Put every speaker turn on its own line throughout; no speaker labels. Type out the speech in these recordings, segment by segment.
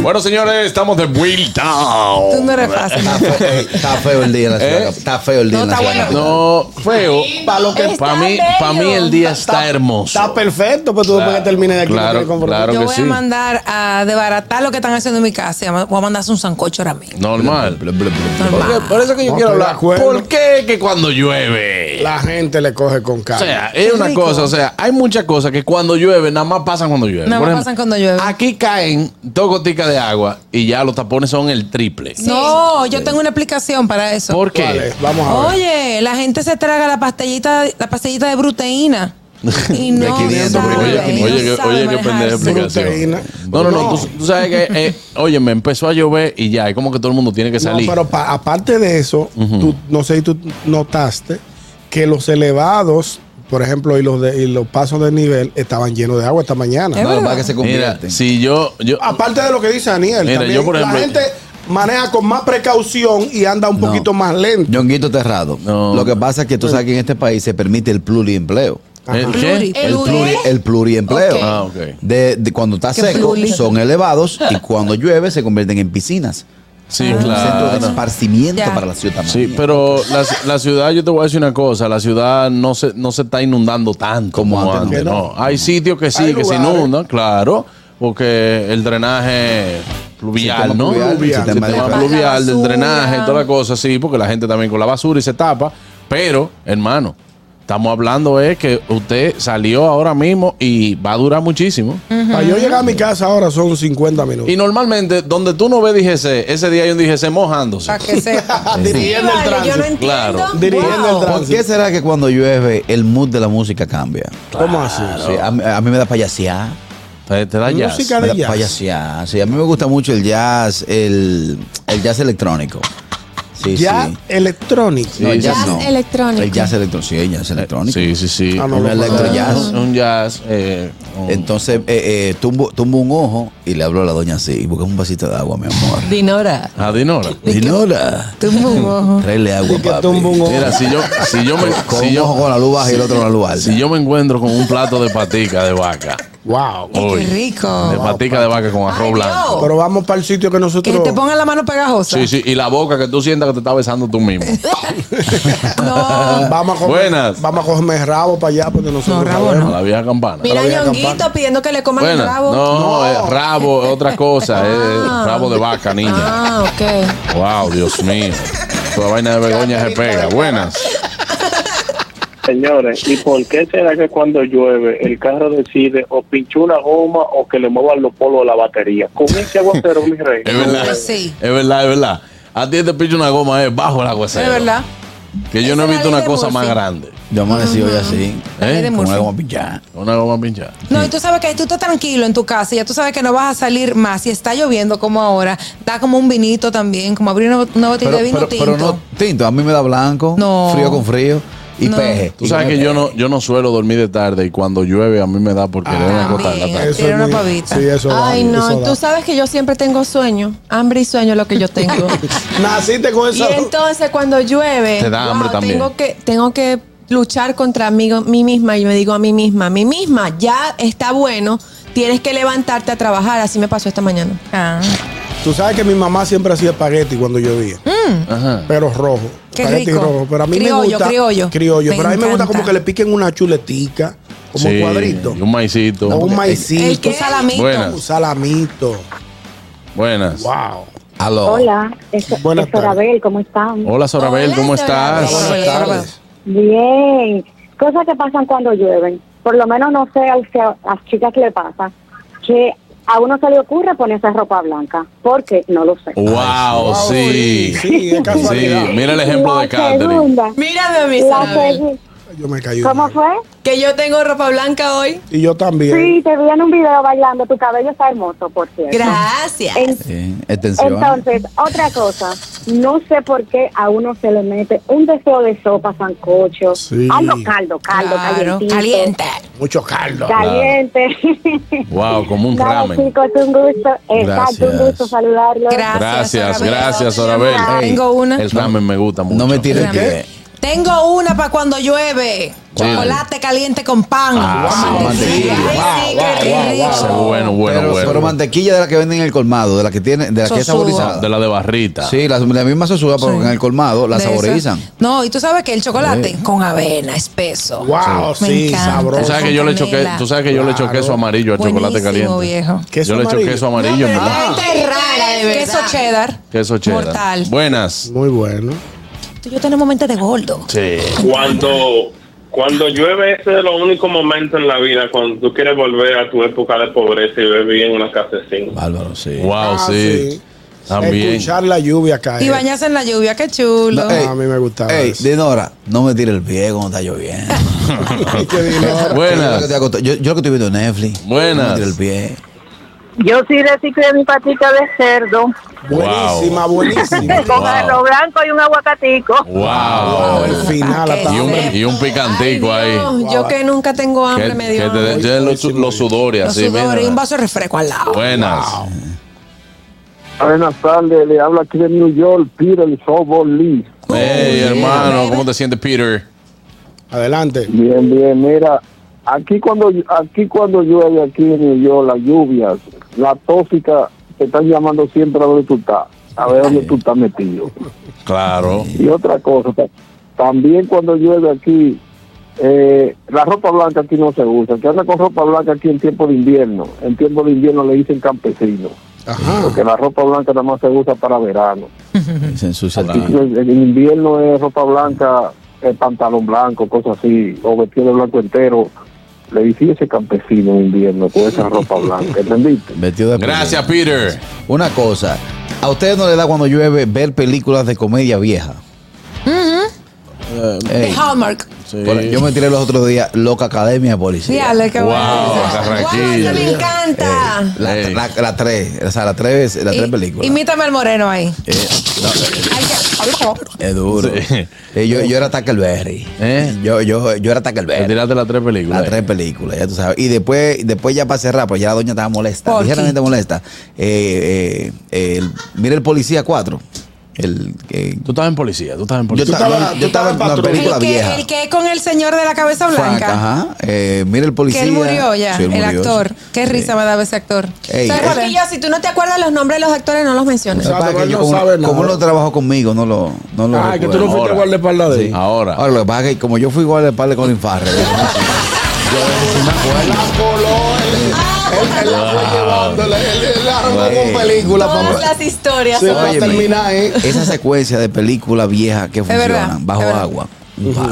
Bueno, señores, estamos de
Oh,
Tú no
vuelta.
eres fácil.
Eh, Está feo el día en la ciudad. capital. Está feo el día
¿Eh? No,
en la
está
ciudad.
bueno.
capital.
No, feo. Para lo que.
Está
Para mí, para mí
bello.
el día está hermoso.
Está perfecto, pero tú después que termine de aquí no
Claro,
tienes compromiso.
claro
Yo
que
voy
sí.
a mandar a desbaratar lo que están haciendo en mi casa. y Voy a mandarse un sancocho ahora mismo.
Normal. Porque-
Normal.
por eso que yo quiero
No, estoy de
hablar.
acuerdo.
¿Por qué que cuando llueve?
La gente le coge con
O
cara.
sea, es una
rico.
cosa, o sea, hay muchas cosas que cuando llueve, nada más pasan cuando llueve.
Nada
Por
más pasan cuando llueve.
Aquí caen dos goticas de agua y ya los tapones son el triple.
No, yo tengo una explicación para eso.
¿Por qué?
Vale, vamos a ver.
Oye, la gente se traga la pastillita, la pastillita de bruteína. Y no
500,
sabe,
oye,
no
oye,
qué-
sabe
oye, qué
manejarse.
pendeja explicación.
Proteína.
No, no, no, tú, tú sabes que, eh, oye, me empezó a llover y ya, es como que todo el mundo tiene que
No,
salir.
pero pa- aparte de eso, tú, no sé si tú notaste que los elevados, por ejemplo, y los, de, y los pasos de nivel estaban llenos de agua esta mañana.
Es
No, lo que pasa
verdad.
es que se
Mira,
convierten.
si yo, yo
Aparte de lo que dice Daniel,
Mira,
también
yo, por ejemplo-
la gente maneja con más precaución y anda un
No.
poquito más lento.
Ñonguito Terrado.
No.
Lo que pasa es que tú sabes que en este país se permite el pluriempleo.
¿el qué?
Pluri.
El
Pluri.
pluri.
El pluriempleo.
Ok.
Ah, ok.
De, de cuando está
¿Qué
seco,
pluri?
son elevados y cuando llueve se convierten en piscinas.
Sí,
Ah, Un centro de
claro.
esparcimiento
Ya.
para la ciudad.
Sí, pero la, la ciudad, yo te voy a decir una cosa, la ciudad no se, no se está inundando tanto
Como
como,
antes,
antes. no.
¿no?
Hay sitios que sí,
Hay
que se
lugares.
inundan, claro, porque el drenaje pluvial,
Sistema
¿no?
pluvial,
Pluvial,
sistema
sistema
de-
pluvial, del
Basura.
drenaje y toda la cosa, sí, porque la gente también con la basura y se tapa. Pero, hermano, estamos hablando es que usted salió ahora mismo y va a durar muchísimo.
Para yo llegar a mi casa ahora son 50 minutos.
Y normalmente, donde tú no ves DGC, ese día hay un DGC mojándose.
Para que sepa.
Dirigiendo
Sí,
el
vale, yo no
tránsito.
entiendo.
Claro.
Dirigiendo el
¿Por qué será que cuando llueve el mood de la música cambia?
¿Cómo así?
Sí,
ah,
a, mí- a mí me da payasear.
Te, te da jazz.
Música
Me
de
da
jazz.
payasear. Sí, a mí me gusta mucho el jazz, el, el jazz electrónico. Sí,
Jazz
sí.
electrónico.
No, el jazz,
Jazz
no.
electrónico.
El jazz electrónico. Sí, el jazz electrónico.
Sí, sí, sí.
Ah, no,
Un
no, no.
electrojazz.
Un jazz. eh, un-
Entonces, eh, eh, tumbo, tumbo un ojo y le hablo a la doña así. Buscame un vasito de agua, mi amor.
Dinora,
a Dinora.
Dinora,
tú un ojo.
tráele agua,
que
papi.
tumbo un ojo.
Mira, si yo, si yo me.
Con
si
un
yo-
ojo con la luz baja y el otro con la luz alta.
si yo me encuentro con un plato de patica de vaca.
Wow.
Qué
Uy,
rico.
de patica de vaca con arroz
Ay,
blanco.
Dios.
Pero vamos para el sitio que
Oh. Que
nosotros.
te pongan la mano pegajosa.
Sí, sí. Y la boca que tú sientas que te está besando tú mismo.
No.
Vamos a comer,
Buenas.
Vamos a comer rabo para allá porque nosotros
No, rabo
sabemos.
A la vieja campana.
Mira,
voy a
Ñonguito
acampar.
pidiendo que le coman el
Buenas.
rabo.
No, es rabo es otra cosa.
Ah.
Es rabo de vaca, niña.
Ah, ok.
Wow, Dios mío. Toda vaina de Begoña se pega. Buenas.
Señores, ¿y por qué será que cuando llueve el carro decide o pinchar una goma o que le muevan los polos a la batería? Con ese aguacero, mi rey.
Es verdad.
Sí.
Es verdad, es verdad. A ti te pincha una goma, es bajo el aguacero.
Es verdad.
Que yo no he
Esa es la
visto
ley
una
de
cosa más
Murphy.
grande.
Yo amanecí hoy así.
La
Eh,
ley de
Como una
Murphy.
goma pinchada.
Una goma pinchada.
No, y tú sabes que tú estás tranquilo en tu casa, ya tú sabes que no vas a salir más. Si está lloviendo como ahora, da como un vinito también, como abrir una, una botella
Pero,
de vino
pero,
tinto.
pero no tinto. A mí me da blanco,
No.
frío con frío y
No.
peje.
Tú sabes que yo no, yo no suelo dormir de tarde y cuando llueve a mí me da porque le una cosa de la
también.
tarde.
Tiene una
muy-
pavita.
Sí, eso da,
Ay,
eso
no,
da.
tú sabes que yo siempre tengo sueño, hambre y sueño es lo que yo tengo.
Naciste con
y
esa.
entonces cuando llueve,
Te da hambre también.
tengo que tengo que luchar contra mí, mí misma y me digo a mí misma, a mí misma, ya está bueno, tienes que levantarte a trabajar, así me pasó esta mañana.
Ah,
Tú sabes que mi mamá siempre hacía espagueti cuando llovía.
Ajá.
Pero rojo.
Mm. Qué
espagueti
rico.
rojo. Pero a mí me
Criollo,
gusta.
criollo. Me
pero a mí me gusta
encanta.
como que le piquen una chuletica, como
Sí,
un cuadrito.
y un maicito. Eh,
O un
el
maicito.
que salamito.
Buena.
Un salamito.
Buenas.
Wow.
Aló.
Hola, es,
Buenas
es Sorabel, ¿cómo están?
Hola, Sorabel,
Hola,
¿cómo estás?
Sorabel.
Buenas tardes.
Bien, cosas que pasan cuando llueven. Por lo menos no sé a, usted- a las chicas que le pasa, que a uno se le ocurre ponerse ropa blanca, porque no lo sé.
Wow, sí.
Sí, es casualidad.
Sí, Uh, mira el ejemplo
La
de Catherine.
segunda,
Mírame a mí,
la
Isabel,
segu-
Yo me caí.
¿Cómo fue?
que yo tengo ropa blanca hoy.
Y yo también.
Sí, te vi en un video bailando, tu cabello está hermoso, por cierto.
Gracias.
En-
Sí, extensión.
entonces, otra cosa, no sé por qué a uno se le mete un deseo de sopa, sancocho,
Sí.
algo caldo, caldo,
Claro,
calientito,
caliente.
Mucho caldo.
Caliente.
Wow, como un
Nada,
ramen.
chicos, un gusto. Exacto,
Gracias.
un gusto saludarlos.
Gracias,
Gracias,
gracias, Sorabel.
Sorabel.
Ey,
Tengo una.
El ramen me gusta mucho.
No me tires el
Espérame.
pie.
Tengo una para cuando llueve.
¿Cuál?
Chocolate caliente con pan.
Ah, sí.
Ay,
Mantequilla.
ay,
Ese es bueno, bueno,
pero,
bueno.
pero mantequilla de la que venden en el colmado, de la que tiene, de la que es
Sosúa.
saborizada.
de la de barrita.
Sí, la, la misma sosúa, pero
Sí.
en el colmado la
De esa.
saborizan.
No, y tú sabes que el chocolate con avena, espeso.
Wow,
Me
sí,
encanta.
Tú
sabroso.
sabes que yo le echo, que-
Canela.
tú sabes que yo le echo
Claro.
queso amarillo al chocolate
Buenísimo,
caliente.
viejo.
Queso
yo le echo
amarillo.
queso amarillo, en verdad.
Gente rara, de verdad.
Queso cheddar.
Queso cheddar.
Mortal.
Buenas.
Muy bueno.
Tú y yo tenemos mente de gordo.
Sí.
Cuando, cuando llueve, ese es lo único momento en la vida cuando tú quieres volver a tu época de pobreza y vivir en una casecina.
Bárbaro, sí.
Wow,
Ah,
sí.
sí.
También.
Escuchar la lluvia caer.
Y bañarse en la lluvia, qué chulo.
No, a mí me gustaba
Ey,
eso.
Dinora, no me tire el pie cuando está lloviendo.
Ay, qué dinero.
Yo lo
Buenas.
que te acost- Yo, yo lo que estoy viendo en Netflix. No me
Buenas.
tire el pie.
Yo sí reciclé mi patita de cerdo
Buenísima, buenísima.
Wow.
blanco y un aguacatico.
Wow. eh.
Al final,
Ah,
Y
hasta
un,
ahora.
y un picantico
Ay, Dios,
ahí.
Yo que nunca tengo hambre,
Que-
me
que
dio
te
hambre.
den los, los sudores
Los
así.
sudores y
mira.
un vaso de refresco al lado.
Buenas.
Buenas tardes, le habla aquí de New York, Peter Sobol Lee.
Hey,
Oh,
hermano,
yeah.
¿cómo te sientes, Peter?
Adelante.
Bien, bien, mira, aquí cuando aquí cuando llueve, aquí en New York, las lluvias, la tóxica, te están llamando siempre a ver tú estás, a ver dónde tú estás metido.
Claro.
Y otra cosa, ta- también cuando llueve aquí, eh, la ropa blanca aquí no se usa. El Que anda con ropa blanca aquí en tiempo de invierno. En tiempo de invierno le dicen campesino,
Ajá.
porque la ropa blanca nada más se usa para verano.
Se ensucia el
Aquí
pie.
pues, en en invierno es ropa blanca, eh, pantalón blanco, cosas así, o vestido de blanco entero. Le dicen ese campesino en invierno con esa ropa blanca, ¿entendiste?
Vestido de
Gracias,
pie.
Peter.
Una cosa, a ustedes no les da cuando llueve ver películas de comedia vieja.
De
Mm-hmm.
Ey,
Hallmark.
por- Yo me tiré los otros días Loca Academia de
Sí,
Policía.
Ale, qué
Wow,
bueno.
Carraquillo.
Guau, eso me encanta.
La,
Ey.
la- la tres, o sea, la tres, la tres
Y-
películas.
Imítame al moreno ahí.
Eh, no,
Ay, que- ay, no.
es duro.
Sí.
Eh, yo, yo era Tackleberry.
¿Eh?
Yo, yo, yo era
Te
Tackleberry.
tiraste las tres películas.
Las tres películas, ya tú sabes. Y después, después ya para cerrar, pues ya la doña estaba molesta.
¿Por
Ligeramente molesta. Eh, eh, el- mira el Policía 4. El, que-
Tú estabas en policía, tú estabas
yo,
en policía.
estaba-
estabas-
yo
tú
estaba en
estabas
una
patrulla.
película
el, que,
vieja.
el que es con el señor de la cabeza
Frank,
blanca.
ajá. Eh, mira el policía.
Que él murió ya,
Sí, él
el
murió,
actor.
sí.
Qué
Sí.
risa me daba ese actor.
Ey,
¿Sabes
es-
cuál
Porque yo, si tú no te acuerdas los nombres de los actores, no los menciones.
Lo que pasa es que
Él
yo
no
como,
sabe nada.
como él no trabajó conmigo, no lo, no lo
Ah, que tú
recuerdo.
no fuiste
Ahora.
guardaespaldas de
Sí.
él.
Ahora.
Ahora, lo que pasa es que como yo fui igual de par de Colin Farrell, yo sí me acuerdo.
Él, él la fue llevando, él, él- él la armó
Ey.
con película
Todas
para,
las historias.
sí,
son-
para
Óyeme.
terminar, ¿eh?
Esa secuencia de películas viejas que funcionan
verdad, es
bajo
verdad.
agua, un palo.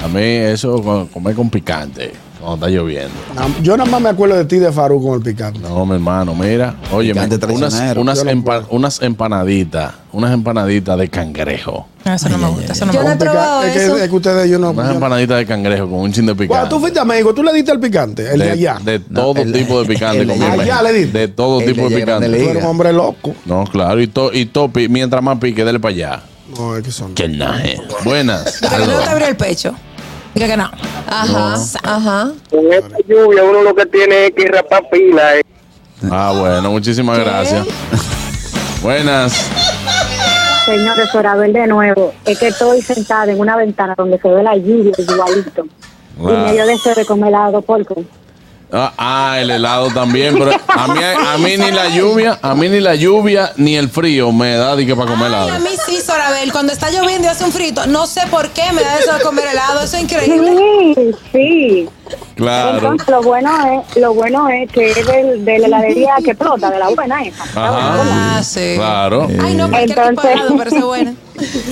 Ah, A mí eso con- comer con picante cuando está lloviendo.
Ah, Yo nada más me acuerdo de ti de Farú con el picante.
No, mi hermano, mira, oye,
Picante
unas,
traicionero.
unas,
Yo no
empa- unas empanaditas, unas empanaditas de cangrejo.
No, eso no me gusta. Eso no
Yo
me
no he
gusta.
probado
es,
eso.
Que, es que ustedes yo no.
Unas
yo no-
empanaditas de cangrejo con un chin de picante.
Cuando tú fuiste a México, tú le diste el picante, el de, allá.
De
No,
todo
el-
tipo de picante.
el de
comí en
allá.
México.
Allá le diste.
de todo
El de
tipo de
allá grande
picante.
le-
Tú eres un hombre loco.
No, claro, y, to, y topi, mientras más pique, dele para allá.
No, es que son.
Que naje. Buenas.
Pero que no te abrió el pecho. Dije que no.
Ajá, ajá.
Con esta lluvia uno lo que tiene es que ir rapar pila, ¿eh?
Ah, bueno, muchísimas gracias. Buenas.
Señores, Sorabel de nuevo, es que estoy sentada en una ventana donde se ve la lluvia igualito.
Wow.
Y medio deseo de comer helado porque
Ah, ah, el helado también, pero a mí, a mí ni la lluvia, a mí ni la lluvia ni el frío me da de que para comer
Ay, a
helado.
mí sí, Sorabel. Cuando está lloviendo y hace un frito, no sé por qué me da eso de comer helado. Eso es increíble.
Sí, sí.
Claro.
Entonces, lo bueno es, lo bueno es que es del- de la heladería que explota, de la buena esa.
Ajá.
Ah, sí.
Claro.
Ay, no, cualquier tipo de
Entonces-
helado, pero eso es bueno.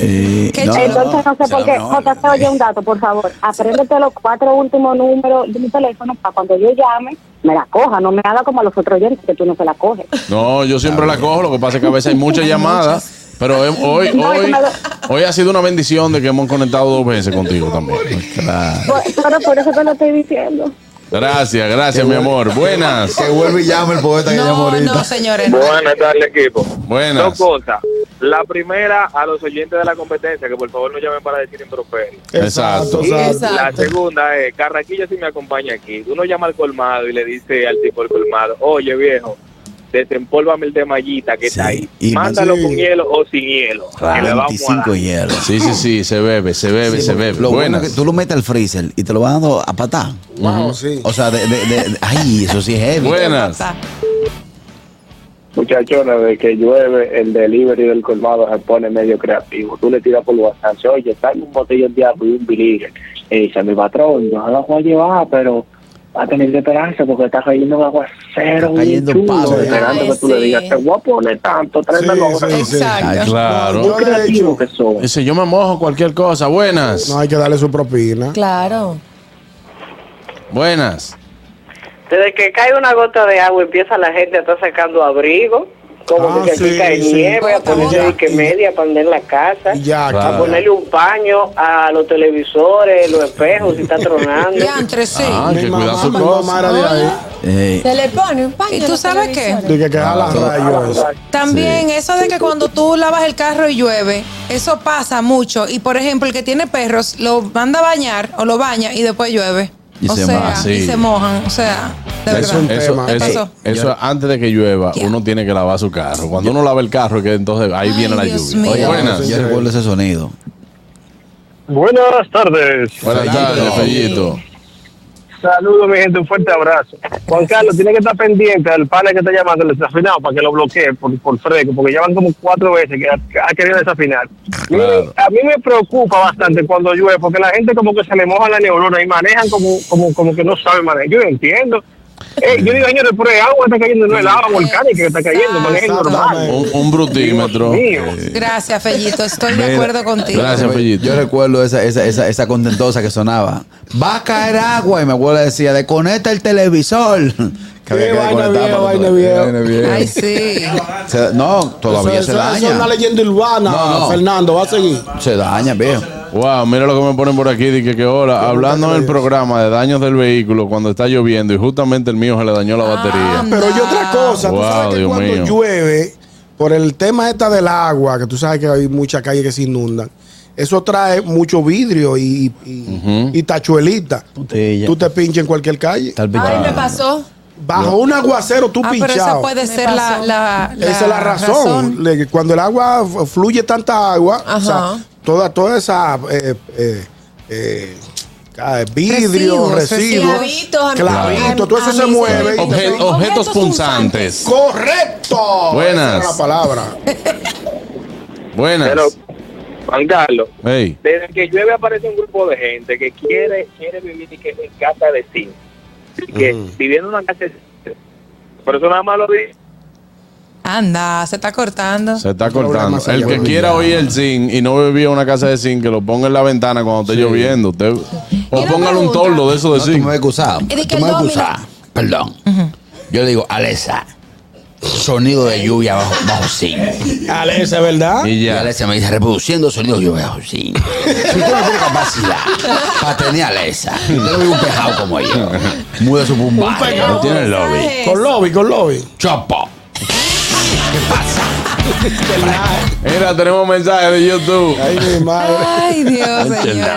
Eh,
Qué chulo.
Entonces, Ah, no sé por qué. Jota, te oye un dato, por favor. Apréndete los cuatro últimos números de mi teléfono para cuando yo llame, me la coja. No me haga como a los otros oyentes que tú no se la coges.
No, yo siempre la cojo, lo que pasa es que a veces hay muchas llamadas. Pero hem- hoy,
No,
hoy,
no, no.
hoy ha sido una bendición de que hemos conectado dos veces contigo también.
Por- Pero por eso te lo estoy diciendo.
Gracias, gracias, mi amor. Buenas.
Que vuelve y llame el poeta que llama
No,
ahorita.
no, señores. no.
Buenas tardes, equipo.
Buenas.
Dos cosas. La primera, a los oyentes de la competencia, que por favor no llamen para decir improperio.
Exacto.
Sí,
exacto.
exacto.
La segunda es, Carraquillo si me acompaña aquí. Uno llama al colmado y le dice al tipo del colmado, oye viejo,
desempólvame el de mallita que
Sí,
está ahí.
y
Mándalo
más-
con hielo o sin hielo. que le vamos a dar.
25 hielos.
Sí, sí, sí, se bebe, se bebe, se bebe.
Lo bueno
Buenas.
es que tú lo metes al freezer y te lo van dando a patar.
Wow, sí.
O sea, de, de- de- ay, eso sí es heavy.
Buenas.
Muchachones, de que llueve, el delivery del colmado se pone medio creativo. Tú le tiras por WhatsApp, oye, está en un botellón de agua y un bilígrafo. Y dice mi patrón, yo no lo voy a llevar, pero va a tener que esperarse porque está cayendo un aguacero.
Está cayendo
bien chulo,
palo. ¿eh?
Esperando
Ay,
que tú le
sí.
digas, te voy a poner tanto, tráeme
Sí,
la otra.
sí, sí.
Exacto.
Claro.
Yo
Qué
le he dicho,
creativo que son.
Dice, yo me mojo cualquier cosa. Buenas.
no hay que darle su propina.
Claro.
Buenas.
Desde que cae una gota de agua empieza la gente a estar sacando abrigo, como
Ah,
que aquí
sí,
cae
sí. Ah, pues
nieve, a ponerse
Ya,
de que
y-
media para andar en la casa,
Y ya,
Claro.
a ponerle un paño a los televisores, los espejos, si está tronando.
Ya, entre sí.
Ah, hay
mi
que cuidar
mamá,
su
mi mamá
cosa.
era de ahí.
Eh,
Se le pone un paño.
¿Y
en
tú
los
sabes qué?
televisores.
De que queja las rayos.
También eso de que cuando tú lavas el carro y llueve, eso pasa mucho. Y por ejemplo, el que tiene perros lo manda a bañar o lo baña y después llueve.
Y
o
se
sea,
moja,
sí.
y se mojan. O sea, de
Es
verdad. Eh,
un
Eso,
tema.
eso,
Pasó.
eso es antes de que llueva,
Ya.
uno tiene que lavar su carro. Cuando uno lava el carro, que entonces ahí
Ay,
viene la
Dios
lluvia.
mío.
oye,
Buenas.
yo recuerdo ese sonido.
Buenas tardes.
Buenas tardes, Fellito.
Saludos, mi gente, un fuerte abrazo. Juan Carlos, tiene que estar pendiente del pana que está llamando, el desafinado, para que lo bloquee por, por fresco, porque ya van como cuatro veces que ha, ha querido desafinar. Miren,
Claro.
a mí me preocupa bastante cuando llueve, porque la gente como que se le moja la neurona y manejan como, como, como que no saben manejar. Yo no entiendo. Eh, yo digo, señores, pero es agua, está cayendo, no es lava Ah, volcánica que está
eh,
cayendo, manejen normal.
Un, un brutímetro.
Dios mío.
Gracias, Fellito. Estoy
Mira,
de acuerdo contigo.
Gracias, Fellito.
Yo recuerdo esa, esa, esa, esa contentosa que sonaba. Va a caer agua. Y mi abuela decía, desconecta el televisor. Que había
Qué
que
vaina
desconectar
vieja,
para-
vaina vieja.
vaina vieja.
Ay, sí.
Se- no, Oh, todavía se
Eso- eso- eso
daña.
es una leyenda urbana,
No, no.
Fernando. Va a seguir.
Se daña, viejo.
Wow, mira lo que me ponen por aquí. Dice que hola, hablando en el programa de daños del vehículo cuando está lloviendo y justamente el mío se le dañó la batería.
Pero hay
Ah.
otra cosa.
Wow,
tú sabes que
Dios
cuando
mío.
llueve, por el tema esta del agua, que tú sabes que hay muchas calles que se inundan, eso trae mucho vidrio y, y, y tachuelita.
Botella.
Tú te pinches en cualquier calle.
Tal vez.
Ay, me pasó.
Bajo un aguacero, tú
Ah, pero esa
pinchado.
puede
Me
ser la,
pasó.
la-
Esa es la razón. Le- que cuando el agua f- fluye tanta agua, o sea,
Ajá.
toda, toda esa eh, eh, eh, ah, vidrio,
Residuos,
residuos,
residuos. Clavitos, am-
clavitos, todo eso
am-
se
am-
mueve.
am-
Obje- objetos
Objetos
punzantes.
Correcto.
Buenas.
Esa era la palabra.
Buenas.
Pero, Juan Carlos,
Hey.
desde que llueve aparece un grupo de gente que quiere quiere vivir y que en casa de sí y que
Mm.
viviendo en una casa de zinc. por eso nada más lo dice
Anda, se está cortando.
Se está
Problema
cortando.
se
El que
llama.
quiera oír el zinc y no bebía una casa de zinc, que lo ponga en la ventana cuando esté lloviendo. Usted, o
una
póngale un
pregunta.
toldo de eso de
No, tú
zinc.
me has excusado.
Y de
Tú
que
me
el
has
domino-
excusado. Perdón. Yo le digo, Alexa, sonido de lluvia bajo, bajo zinc.
Alexa, ¿verdad?
Y
Y
ya.
Alexa me dice, reproduciendo sonido de lluvia bajo zinc. Si usted no tiene capacidad para tener a Alexa, usted no vive un pejado como yo. Muda su pumba. No tiene el lobby.
Con lobby, con lobby.
Chopo. ¿Qué pasa?
Mira, tenemos mensajes de YouTube.
Ay, mi madre.
Ah,
Ay, Dios, señor.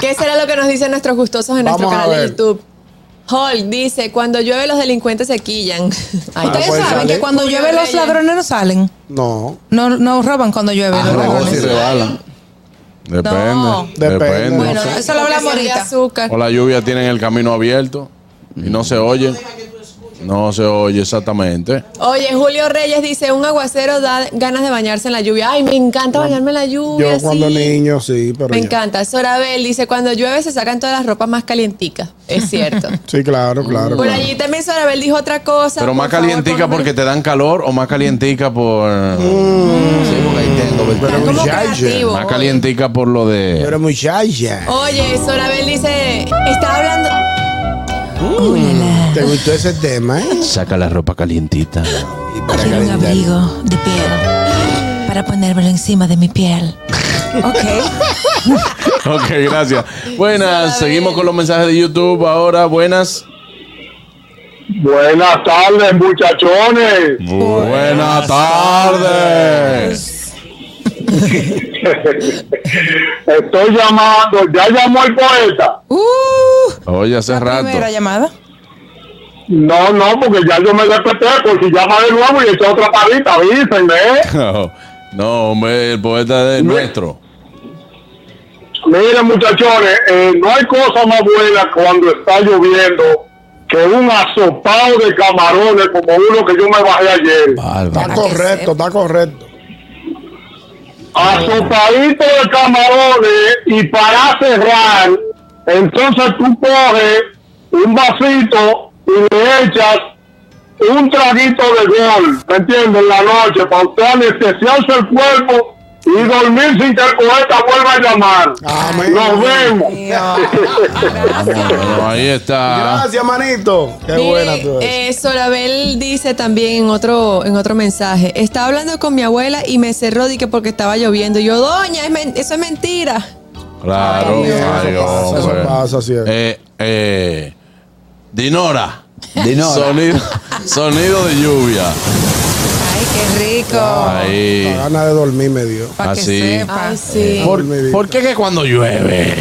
¿Qué será lo que nos dicen nuestros gustosos en nuestro
Vamos a
canal de
ver.
YouTube? Hall dice, cuando llueve los delincuentes se quillan. Ay,
Ah, Ustedes
pues,
saben
sale.
que cuando
Julio
llueve los
Reyes.
ladrones no salen.
No.
No, no roban cuando llueve.
Ah,
los
Arroz y
ladrones.
rebalan.
Depende.
No.
Depende.
Depende.
Bueno,
No sé.
eso lo hablamos
Porque
ahorita.
son de azúcar.
O la lluvia tienen el camino abierto y no se oye. No se oye exactamente.
Oye, Julio Reyes dice, un aguacero da ganas de bañarse en la lluvia. Ay, me encanta bañarme en la lluvia.
Yo cuando
sí.
niño, sí, pero.
Me
ya.
encanta. Sorabel dice, cuando llueve se sacan todas las ropas más calienticas. Es cierto.
Sí, claro, claro.
Por
claro.
allí también Sorabel dijo otra cosa.
Pero
Por
más
favor,
calientica
póngame-
porque te dan calor o más calientica por
Sí, porque ahí tienen doble
Pero
Están como
muchacha.
creativos
más
hoy.
calientica por lo de
Pero muchacha.
Oye, Sorabel dice, está hablando...
¿Te gustó ese tema, eh?
saca la ropa calientita.
Quiero un abrigo de piel para ponérmelo encima de mi piel. Ok.
ok, gracias. Buenas, seguimos con los mensajes de YouTube ahora. Buenas.
Buenas tardes, muchachones.
Buenas tardes.
Estoy llamando, ya llamó el poeta.
Uh,
Oye, hace
la
rato.
primera llamada.
No, no, porque ya yo me desperté, porque ya va de nuevo y eché otra parita, avísenme.
No, no, hombre, el poeta es nuestro.
Mira, muchachones, eh, no hay cosa más buena cuando está lloviendo que un asopado de camarones como uno que yo me bajé ayer.
Está correcto, está correcto.
Asopadito de camarones y para cerrar, entonces tú coges un vasito y le echas un traguito de gol, ¿me entiendes? En la noche, para usted anestesiarse el cuerpo y dormir sin que el poeta vuelva a llamar. Nos vemos.
Ah, Bueno, ahí está.
Gracias, manito. Qué
Mire,
buena tú eres.
eh, Sorabel dice también en otro, en otro mensaje, estaba hablando con mi abuela y me cerró de que porque estaba lloviendo. Y yo, doña, es men- eso es mentira.
Claro,
Ay, Dios.
ay,
Eso pasa, eso
hombre.
pasa, sí es.
Eh, eh, Dinora.
Dinora.
Sonido, sonido de lluvia.
Ay, qué rico.
Ahí.
La gana de dormir me dio.
Para que
Así.
sepa.
Ay, sí.
¿Por, por qué que cuando llueve?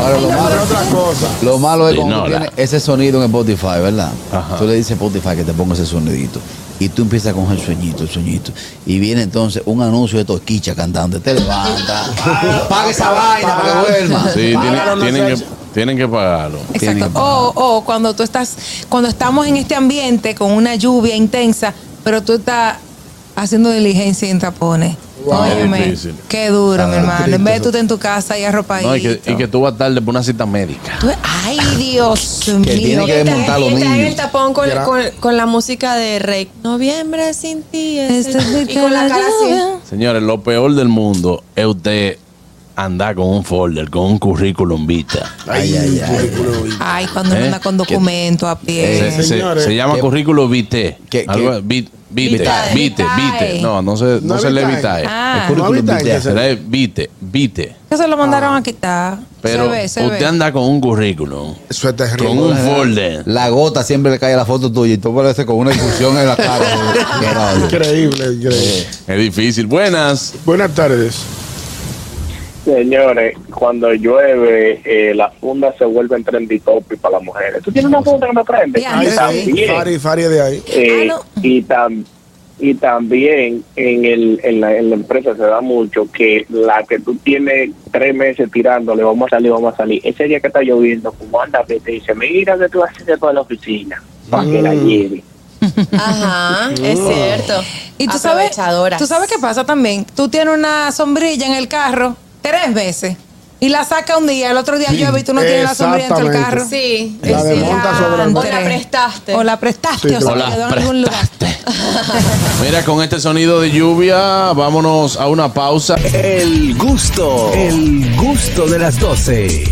Ahora, lo malo,
Otra cosa.
lo malo es cuando tú
Dinora.
tienes ese sonido en Spotify, ¿verdad?
Ajá.
Tú le dices a Spotify que te ponga ese sonidito. Y tú empiezas con el sueñito, el sueñito. Y viene entonces un anuncio de Toquicha cantando. Te levanta. Paga esa vaina para que vuelva.
Sí,
Págalo,
tienen,
no
tienen
sé.
que, tienen que pagarlo.
Tienen
Exacto.
que pagar.
O, o cuando tú estás, cuando estamos en este ambiente con una lluvia intensa, pero tú estás haciendo diligencia en tapones. Óyeme,
Qué difícil.
qué duro, mi hermano. En vez
triste
de tú estar en tu casa y arropadito.
No, y, que, y que tú vas tarde por una cita médica.
Tú- Ay, Dios mío.
Que tiene que desmontar a los
Y está en el
niños.
tapón con,
Gra-
con- con la música de Rey. Noviembre sin ti. es
Este
el-
es
y con la cara así.
Señores, lo peor del mundo es usted andar con un folder, con un currículum vitae.
Ay, ay, ay.
Ay, cuando
¿Eh?
uno anda con documento a pie.
Se, se-
señores.
se llama
¿Qué-
currículum vitae.
qué-
Algo-
qué-
vi- Vitae,
Vitae.
vitae, vitae. No, no se, no
No
se lee
vitae.
vitae.
Ah.
El currículum
No vitae,
vitae.
que se-
Será el vitae, vitae.
Que se lo mandaron a quitar.
Ah. Pero
se ve, se
usted
ve.
anda con un currículum,
Eso es
con
terrible.
un folder.
La gota siempre le cae a la foto tuya y tú pareces con una discusión en la cara. Qué rabia.
Increíble, increíble.
Es difícil. Buenas.
Buenas tardes.
Señores, cuando llueve, eh, las fundas se vuelven trendy topic para las mujeres. ¿Tú tienes una funda que no prende?
Ya,
Ahí
Ay,
Y
sí.
sí.
también,
Fari, Fari de ahí.
eh,
Ah, no.
y, tam- y también en, el, en, la, en la empresa se da mucho que la que tú tienes tres meses tirándole, vamos a salir, vamos a salir. Ese día que está lloviendo, como anda, que te dice, mira que tú haces de toda la oficina para que la lleve.
Ajá, Ah, es
Mm.
cierto.
Y tú sabes,
Aprovechadoras.
tú sabes qué pasa también. Tú tienes una sombrilla en el carro tres veces y la saca un día, el otro día llueve y tú no tienes la sombrilla en el
exactamente.
carro.
Sí,
La
es
desmonta
cierto.
sobre el
O la prestaste.
O la prestaste
Sí,
o se
claro.
quedó
O
en
la
algún lugar.
Mira, con este sonido de lluvia, vámonos a una pausa.
El gusto, el gusto de las 12.